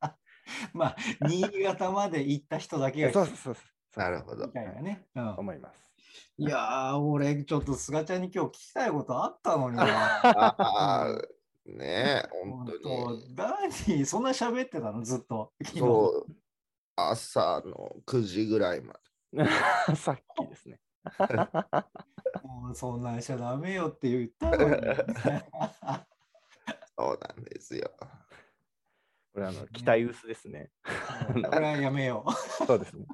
Speaker 4: まあ新潟まで行った人だ
Speaker 2: い
Speaker 4: け
Speaker 2: や
Speaker 4: が
Speaker 2: そうそうそう そう
Speaker 3: なるほど
Speaker 4: み。たいなね。うん
Speaker 2: 思います。
Speaker 4: いやー俺ちょっと菅ちゃんに今日聞きたいことあったのにな。
Speaker 3: ああ、ねえ、本当
Speaker 4: も
Speaker 3: に
Speaker 4: う。何そんな喋ってたのずっと。昨日
Speaker 3: そう、朝の9時ぐらいまで。
Speaker 2: さっきです ね。
Speaker 4: もうそんなんしゃダメよって言った のに。
Speaker 3: そうなんですよ。
Speaker 2: これあの期待薄ですね。
Speaker 4: これはやめよう。
Speaker 2: そうですね。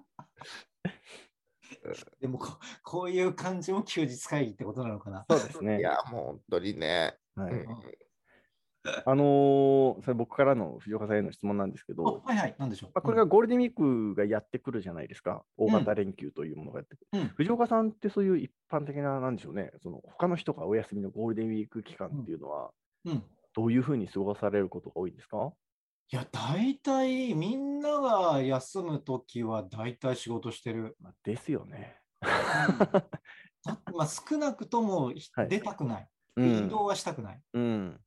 Speaker 4: でもこ、こういう感じも休日会議ってことなのかな。
Speaker 2: そうですね
Speaker 3: い。や、もう本当にね。
Speaker 2: は
Speaker 3: う
Speaker 2: い
Speaker 3: ん、
Speaker 2: あのーそれ僕からの藤岡さんへの質問なんですけ
Speaker 4: あ
Speaker 2: ど、
Speaker 4: はいはい、なんでしょう。
Speaker 2: まあ、これがゴールデンウィークがやってくるじゃないですか、大型連休というものがやってくる。
Speaker 4: うん
Speaker 2: 藤岡さんってそういう一般的な、なんでしょうね、その他の人がお休みのゴールデンウィーク期間っていうのは、
Speaker 4: うん、うん
Speaker 2: どういうふうに過ごされることが多いんですか、
Speaker 4: いや、大体みんなが休むときは大体仕事してる。
Speaker 2: まあ、ですよね。
Speaker 4: だまあ、少なくともひ
Speaker 2: はい
Speaker 4: 出たくな
Speaker 2: う
Speaker 4: い。
Speaker 2: ん
Speaker 4: 移動はしたくない。
Speaker 2: うん、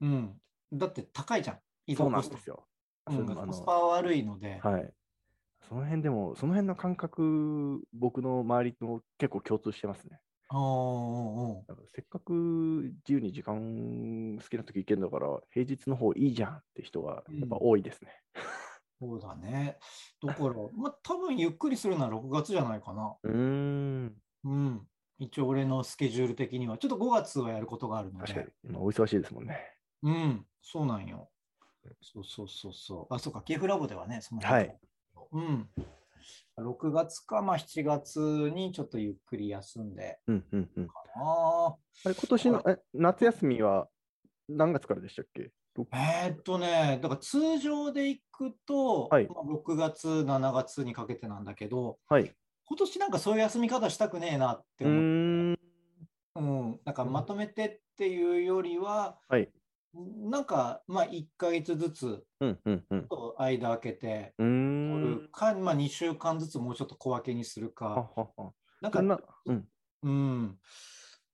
Speaker 4: うん。だって高いじゃん。移
Speaker 2: そう
Speaker 4: 動
Speaker 2: な
Speaker 4: コ
Speaker 2: ん
Speaker 4: スト
Speaker 2: ですよ。
Speaker 4: う
Speaker 2: そ
Speaker 4: ん
Speaker 2: ういうのあ
Speaker 4: コス
Speaker 2: の
Speaker 4: パは悪いので。
Speaker 2: はい。その辺でも、その辺の感覚、僕の周りとも結構共通してますね。
Speaker 4: おーおーお
Speaker 2: なんかせっかく自由に時間好きな時行けるんだから、平日の方いいじゃんって人がやっぱ多いですね。
Speaker 4: ーそうだね。だから、まあ多分ゆっくりするのは6月じゃないかな。
Speaker 2: うーん、
Speaker 4: うん。一応俺のスケジュール的には。ちょっと5月はやることがあるの
Speaker 2: 確かに
Speaker 4: で。、
Speaker 2: 今お忙しいですもんね。
Speaker 4: うん。そうなんよ。そうそうそうそう。あ、そうか。ケフラボではね、その
Speaker 2: はい。
Speaker 4: うん。6月か、まあ7月にちょっとゆっくり休んで。
Speaker 2: うんうんうん。
Speaker 4: あ
Speaker 2: あれ、今年の、え、夏休みは何月からでしたっけ
Speaker 4: あ。えーっとね、だから通常で行くと、
Speaker 2: はい
Speaker 4: まあ、6月、7月にかけてなんだけど、
Speaker 2: はい。
Speaker 4: 今年なんかそういう休み方したくねえなって
Speaker 2: うー
Speaker 4: 思って
Speaker 2: ん。
Speaker 4: うん、なんかまとめてっていうよりは、
Speaker 2: はい
Speaker 4: なんかまあ1ヶ月ずつ
Speaker 2: うんうんうん。
Speaker 4: 間空けて
Speaker 2: うー
Speaker 4: 取る
Speaker 2: ん。
Speaker 4: か、まあ、2週間ずつもうちょっと小分けにする
Speaker 2: は
Speaker 4: か、
Speaker 2: はは。
Speaker 4: なん
Speaker 2: そ
Speaker 4: か
Speaker 2: んな、うん。
Speaker 4: うん、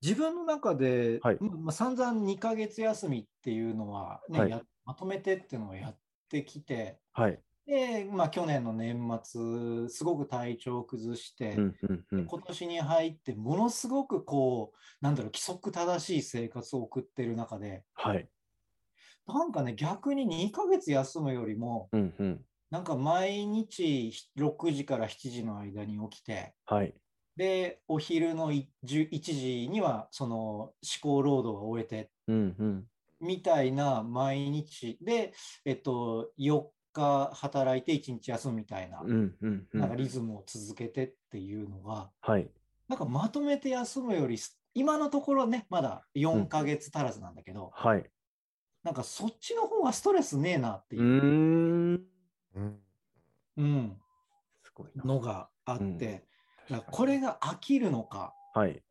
Speaker 4: 自分の中で、
Speaker 2: はい
Speaker 4: まあまあ、散々2ヶ月休みっていうのは、ね
Speaker 2: はい
Speaker 4: やまとめてっていうのをやってきて、
Speaker 2: はい。
Speaker 4: でまあ、去年の年末、すごく体調を崩して、
Speaker 2: うんうんうん。
Speaker 4: 今年に入ってものすごくこうなんだろう規則正しい生活を送ってる中で
Speaker 2: はい。
Speaker 4: なんかね逆に2ヶ月休むよりも
Speaker 2: うんうん。
Speaker 4: なんか毎日6時から7時の間に起きて
Speaker 2: はい。
Speaker 4: でお昼のい10 1時にはその思考労働を終えて
Speaker 2: うんうん。
Speaker 4: みたいな毎日で、えっと、4日働いて1日休むみたいな,、
Speaker 2: うんうんう
Speaker 4: なんか
Speaker 2: ん。
Speaker 4: リズムを続けてっていうのが。
Speaker 2: はい。
Speaker 4: なんかまとめて休むよりす、今のところね、まだ4ヶ月足らずなんだけど、
Speaker 2: はい。
Speaker 4: なんかそっちの方がストレスねえなって
Speaker 2: う
Speaker 4: い
Speaker 2: ー
Speaker 4: う、
Speaker 2: ん。
Speaker 3: うん
Speaker 4: うん
Speaker 2: すごいな。
Speaker 4: のがあって、
Speaker 2: うん
Speaker 4: だからこれが飽きるのか、
Speaker 2: はい。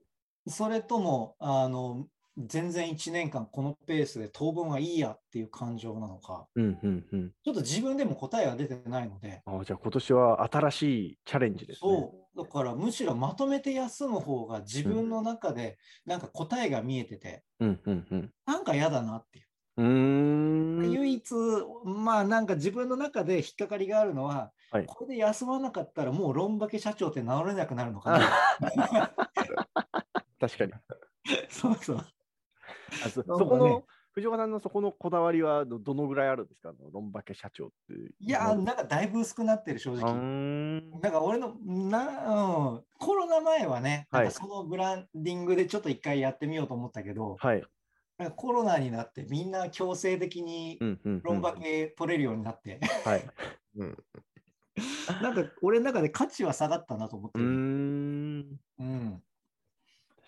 Speaker 4: それとも、あの、全然1年間このペースで当分はいいやっていう感情なのか、
Speaker 2: うんうんうん。
Speaker 4: ちょっと自分でも答えが出てないので、
Speaker 2: あーじゃあ今年は新しいチャレンジですね。
Speaker 4: そう、だからむしろまとめて休む方が自分の中でなんか答えが見えてて、
Speaker 2: うんうんうん。
Speaker 4: なんか嫌だなっていう。
Speaker 2: うーん。
Speaker 4: 唯一、まあなんか自分の中で引っかかりがあるのは、
Speaker 2: はい
Speaker 4: これで休まなかったらもうロンバケ社長って名乗れなくなるのか な。
Speaker 2: 確かに。
Speaker 4: そうそう。
Speaker 2: あそ
Speaker 4: なんかね
Speaker 2: そこの、藤岡さんのそこのこだわりはどどのぐらいあるんですかあのロンバケ社長っていう。
Speaker 4: いやー、なんかだいぶ薄くなってる、正
Speaker 2: う
Speaker 4: 直。
Speaker 2: ーん。
Speaker 4: なんか俺のな、うん、コロナ前はね、
Speaker 2: はい
Speaker 4: なんかそのブランディングでちょっと一回やってみようと思ったけど、
Speaker 2: はい。
Speaker 4: なんかコロナになってみんな強制的に
Speaker 2: うんうんうん
Speaker 4: ロンバケ取れるようになって、
Speaker 2: はい。
Speaker 3: うん
Speaker 4: なんか俺の中で価値は下がったなと思って
Speaker 2: うー
Speaker 4: る。
Speaker 2: ん。
Speaker 4: うん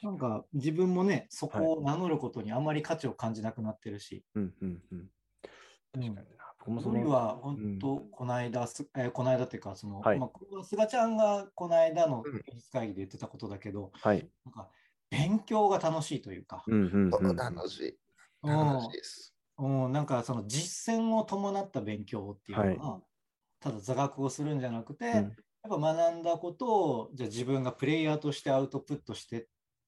Speaker 4: なんか自分もね、そこを名乗ることにあまり価値を感じなくなってるし、
Speaker 2: うんうんうん。確かにな。僕もそ
Speaker 4: それ
Speaker 2: の、
Speaker 4: は本当、この間す、えーこの間っていうか、その、
Speaker 2: はい
Speaker 4: まあ、これは菅ちゃんがこの間の
Speaker 3: うん
Speaker 4: 休日会議で言ってたことだけど、
Speaker 2: はい。
Speaker 4: なんか勉強が楽しいというか、
Speaker 2: うんうん。
Speaker 3: そううん楽しい。
Speaker 4: うん
Speaker 3: 楽しいです。
Speaker 4: うんなんかその実践を伴った勉強っていうのが、ただ座学をするんじゃなくて、
Speaker 2: う
Speaker 4: やっ
Speaker 2: ん
Speaker 4: ぱ学んだことを、じゃあ自分がプレイヤーとしてアウトプットして、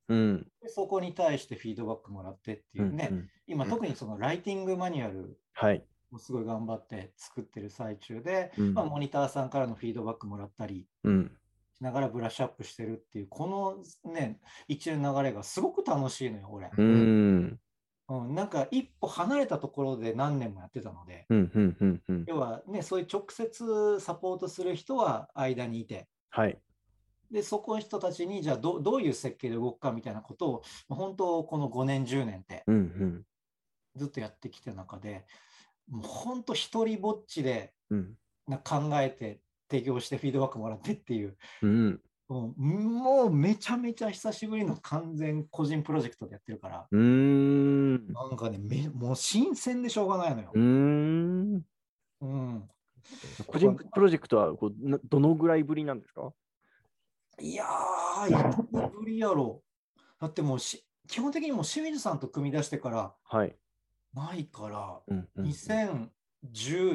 Speaker 2: うん。
Speaker 4: そこに対してフィードバックもらってっていううんね、
Speaker 2: うん
Speaker 4: 今
Speaker 3: うん
Speaker 4: 特にそのライティングマニュアル
Speaker 2: はい。
Speaker 4: をすごい頑張って作ってる最中で、
Speaker 2: うん
Speaker 4: まあ、モニターさんからのフィードバックもらったり
Speaker 2: うん。
Speaker 4: しながらブラッシュアップしてるっていうこのね一連の流れがすごく楽しいのよ俺、
Speaker 2: うん。
Speaker 4: うん、なんか一歩離れたところで何年もやってたので、
Speaker 2: うんうんうんうん。
Speaker 4: 要はね、そういう直接サポートする人は間にいて、
Speaker 2: はい。
Speaker 4: で、そこの人たちに、じゃあど、どういう設計で動くかみたいなことを、まあ本当、この5年、10年って
Speaker 2: うんうん
Speaker 4: ずっとやってきた中で、もう本当、一人ぼっちで
Speaker 2: うん。
Speaker 4: な考えて、提供してフィードバックもらってっていう、
Speaker 2: うん
Speaker 4: うんもうめちゃめちゃ久しぶりの完全個人プロジェクトでやってるから、
Speaker 2: うーん。
Speaker 4: なんかね、めもう新鮮でしょうがないのよ
Speaker 2: う。ーん。
Speaker 4: うん、
Speaker 2: 個人プロジェクトはこうなどのぐらいぶりなんですか
Speaker 4: いやー、やっぶりやろ。だってもうし、基本的にもう清水さんと組み出してから
Speaker 2: はい。
Speaker 4: ないから、
Speaker 2: うんうんうん
Speaker 4: 2010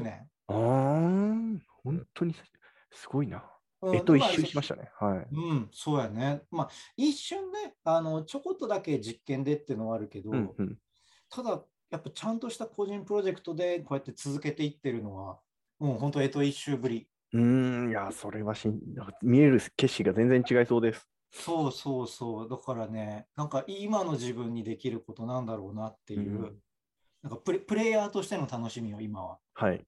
Speaker 4: 年。
Speaker 2: あー本当にすごいな。
Speaker 4: うん
Speaker 2: えっと、一周しましたね。はい。
Speaker 4: うん、そうやね。まあ、一瞬ね、あの、ちょこっとだけ実験でっていうのはあるけど、
Speaker 2: うんうん
Speaker 4: ただ、やっぱちゃんとした個人プロジェクトでこうやって続けていってるのは、もう本当、えっと、一周ぶり。
Speaker 2: うーん、いや、それはしん見える景色が全然違いそうです。
Speaker 4: そうそうそう。だからね、なんか今の自分にできることなんだろうなっていう、
Speaker 2: うん
Speaker 4: なんかプレプレイヤーとしての楽しみを今は。
Speaker 2: はい。
Speaker 4: う。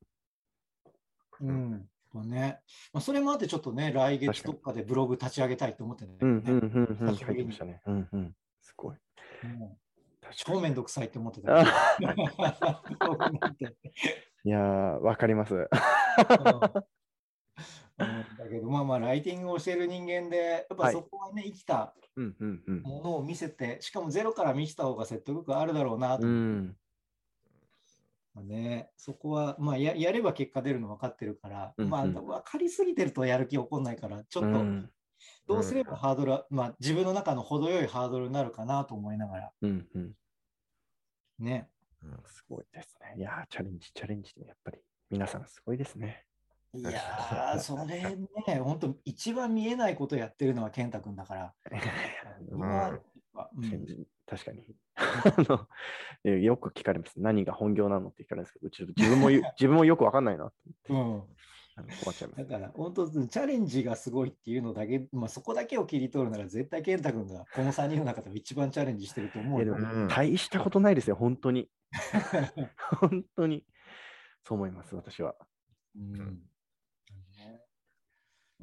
Speaker 3: うん
Speaker 4: そうね。まあ、それもあってちょっとね、来月
Speaker 2: 確か
Speaker 4: と
Speaker 2: に
Speaker 4: かでブログ立ち上げたいと思ってね。
Speaker 2: うんうんうんうん。
Speaker 4: 久し
Speaker 2: 書
Speaker 4: ぶ
Speaker 2: いて
Speaker 4: り
Speaker 2: ま
Speaker 4: に
Speaker 2: したね。うんうん。すごい。
Speaker 4: もう
Speaker 2: 確か
Speaker 4: 超
Speaker 2: に
Speaker 4: めんどくさいって思ってた。
Speaker 2: あ
Speaker 4: ブログなんて
Speaker 2: いやー、わかります。
Speaker 4: うんうんだけど、まあまあ、ライティングを教える人間で、やっ
Speaker 2: は
Speaker 4: ぱ
Speaker 2: い
Speaker 4: そこはね、生きた
Speaker 2: うんうんうん。
Speaker 4: ものを見せて、しかもゼロから見せた方が説得力あるだろうなと
Speaker 2: う
Speaker 4: 思っ
Speaker 2: ん
Speaker 4: たね。そこは、まあや、やれば結果出るの分かってるから、
Speaker 2: うんうん
Speaker 4: まあ、分かりすぎてるとやる気起こんないから、ちょっ
Speaker 2: う
Speaker 4: と。
Speaker 2: ん
Speaker 4: どうすればハードルは、まあ、自分の中の程よいハードルになるかなと思いながら
Speaker 2: うんうん。
Speaker 4: ね。
Speaker 2: すごいですね。いやー、チャレンジ、チャレンジで、やっぱり皆さんすごいですね。
Speaker 4: いや ー、それね、本当一番見えないことやってるのは健太君だから。
Speaker 3: ん
Speaker 4: 今やっぱうん
Speaker 2: 確かに。あのえよく聞かれます。何が本業なのって聞かれるんですけど、ちょっと自分 もよ自分もよくわかんないなって
Speaker 4: うん
Speaker 2: あの困っちゃいま
Speaker 4: だ
Speaker 2: す。
Speaker 4: から本当チャレンジがすごいっていうのだけ、まあ、そこだけを切り取るなら絶対健太君がこの3人の中でも一番チャレンジしてると思う
Speaker 2: いやで
Speaker 4: よ
Speaker 2: も。大したことないですよ、本当 に。本当に。そう思います、私は。
Speaker 4: うんね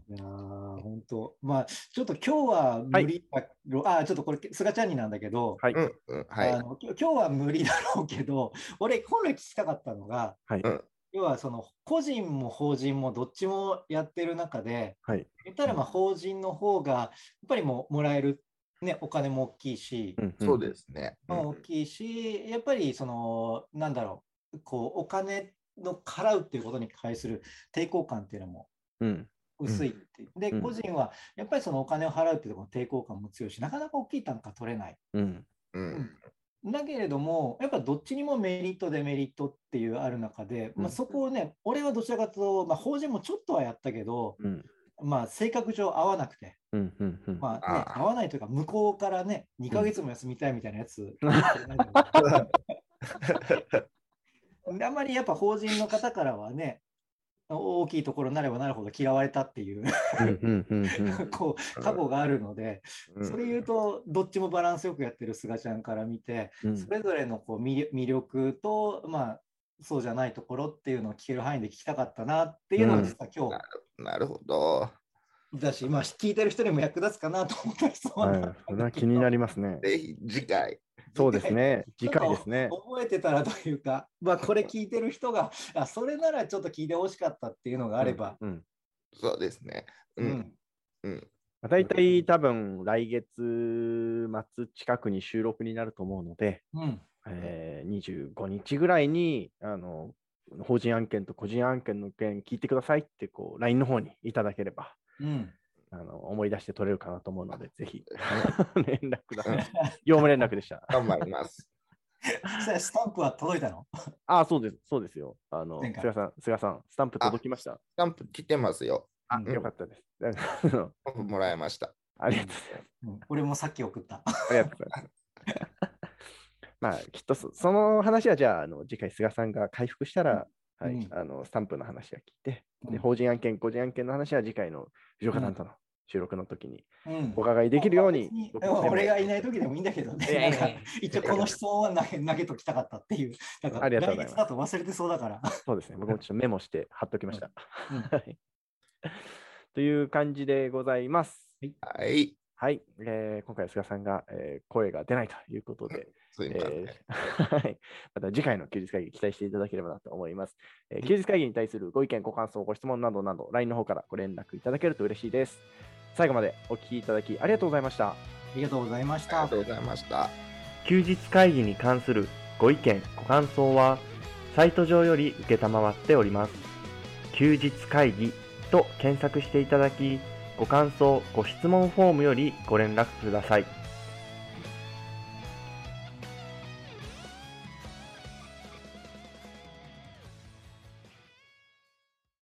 Speaker 4: いやー本当まあちょっと今日は無理だろ、あちょっとこれ菅ちゃんになんだけど、
Speaker 2: はい。
Speaker 3: うんうんは
Speaker 4: あ
Speaker 3: い。
Speaker 4: のきょ今日は無理だろうけど、俺、本来聞きたかったのが、
Speaker 2: はい
Speaker 3: うん
Speaker 4: 要はその個人も法人もどっちもやってる中で、
Speaker 2: はい
Speaker 4: 言ったらまあ法人の方が、やっぱりもうもらえる、ね、お金も大きいし、
Speaker 2: ん。
Speaker 3: そうですすね。
Speaker 4: まあ大きいし、やっぱりその、なんだろう、こうお金の払うっていうことに対する抵抗感っていうのも
Speaker 2: うん。
Speaker 4: 薄いっていう、で、
Speaker 2: うん
Speaker 4: 個人はやっぱりそのお金を払うっていうところの抵抗感も強いし、なかなか大きい単価取れない。
Speaker 2: うん。
Speaker 3: うん
Speaker 4: だけれども、やっぱどっちにもメリット、デメリットっていうある中で、ま
Speaker 2: う
Speaker 4: あ、
Speaker 2: ん
Speaker 4: そこをね、俺はどちらかというと、まあ、法人もちょっとはやったけど、
Speaker 2: うん。
Speaker 4: まあ、性格上合わなくて、
Speaker 2: うん。うん。うん。
Speaker 4: まあね
Speaker 3: あ、ー
Speaker 4: 合わないというか、向こうからね、2ヶ月も休みたいみたいなやつ、 あんまりやっぱ法人の方からはね、大きいところになればなるほど嫌われたっていう、
Speaker 2: うん。うん。うん。うん
Speaker 4: こう、過去があるので、
Speaker 3: うん
Speaker 4: それ言うと、どっちもバランスよくやってる菅ちゃんから見て、
Speaker 2: うん
Speaker 4: それぞれのこう魅魅力と、まあ、そうじゃないところっていうのを聞ける範囲で聞きたかったなっていうの
Speaker 2: う
Speaker 4: が
Speaker 2: ん
Speaker 4: 実は今
Speaker 3: なるほど。
Speaker 4: 日だし、まあ、聞いてる人にも役立つかなと思ったりそう
Speaker 2: は。
Speaker 4: ない
Speaker 2: それは気になりますね。
Speaker 3: ぜひ次回。
Speaker 2: そうですね。次回ですね。
Speaker 4: 覚えてたらというか、まあ、これ聞いてる人があそれならちょっと聞いてほしかったっていうのがあれば、
Speaker 2: うん。うん
Speaker 3: そうですね。う
Speaker 4: うん
Speaker 3: ん。
Speaker 2: まあ大体多分来月末近くに収録になると思うので、
Speaker 4: うん
Speaker 2: えー、25日ぐらいにあの法人案件と個人案件の件聞いてくださいってこう LINE の方にいただければ
Speaker 4: うん
Speaker 2: あの思い出して取れるかなと思うので、ぜひ 連絡くださ
Speaker 3: う
Speaker 2: い。
Speaker 3: ん
Speaker 2: 業務連絡でした。
Speaker 3: 頑張ります。
Speaker 4: それスタンプは届いたの
Speaker 2: ああ、そうです、そうですよ。あの
Speaker 4: 前回
Speaker 2: 菅さん、菅さん、スタンプ届きました。
Speaker 3: スタンプ来てますよ。
Speaker 2: あ
Speaker 4: うん
Speaker 2: よかったです。 なんかあの
Speaker 3: もらいました。
Speaker 2: ありがとうございます。
Speaker 4: うん俺もさっき送った。
Speaker 2: ありがとうございます。 まあ、きっとそその話は、じゃあ、あの次回、菅さんが回復したら、はい
Speaker 4: うん
Speaker 2: あのスタンプの話は聞いて、
Speaker 4: う
Speaker 2: で
Speaker 4: ん
Speaker 2: 法人案件、個人案件の話は次回の藤岡さんとの収録の時に
Speaker 4: うん
Speaker 2: お伺いできるように
Speaker 4: 別に。
Speaker 2: 僕
Speaker 4: でも
Speaker 2: も
Speaker 4: 俺がいない時 でもいいんだけどね。
Speaker 1: いやい
Speaker 4: なん
Speaker 1: や
Speaker 4: か
Speaker 1: いや
Speaker 4: 一応この質問は投げ投げときたかったっていう。なんか
Speaker 2: ありがとうござい
Speaker 4: 来
Speaker 2: ます
Speaker 4: 月だと忘れてそうだから。
Speaker 2: そうですね、僕もちょっとメモして貼っておきました。
Speaker 4: うんうん
Speaker 2: はいという感じでございます。
Speaker 3: はい。
Speaker 2: はい、えー今回は菅さんが、えー声が出ないということで、
Speaker 3: すいません。
Speaker 2: えーはいまた次回の休日会議期待していただければなと思います、えー休日会議に対するご意見、ご感想、ご質問などなど、LINE の方からご連絡いただけると嬉しいです。最後までお聞きいただきありがとうございました。
Speaker 4: ありがとうございまし
Speaker 3: あり
Speaker 4: た
Speaker 3: がと。うございました。
Speaker 5: 休日会議に関するご意見ご感想はサイト上より承っております休日会議と検索していただきご感想ご質問フォームよりご連絡ください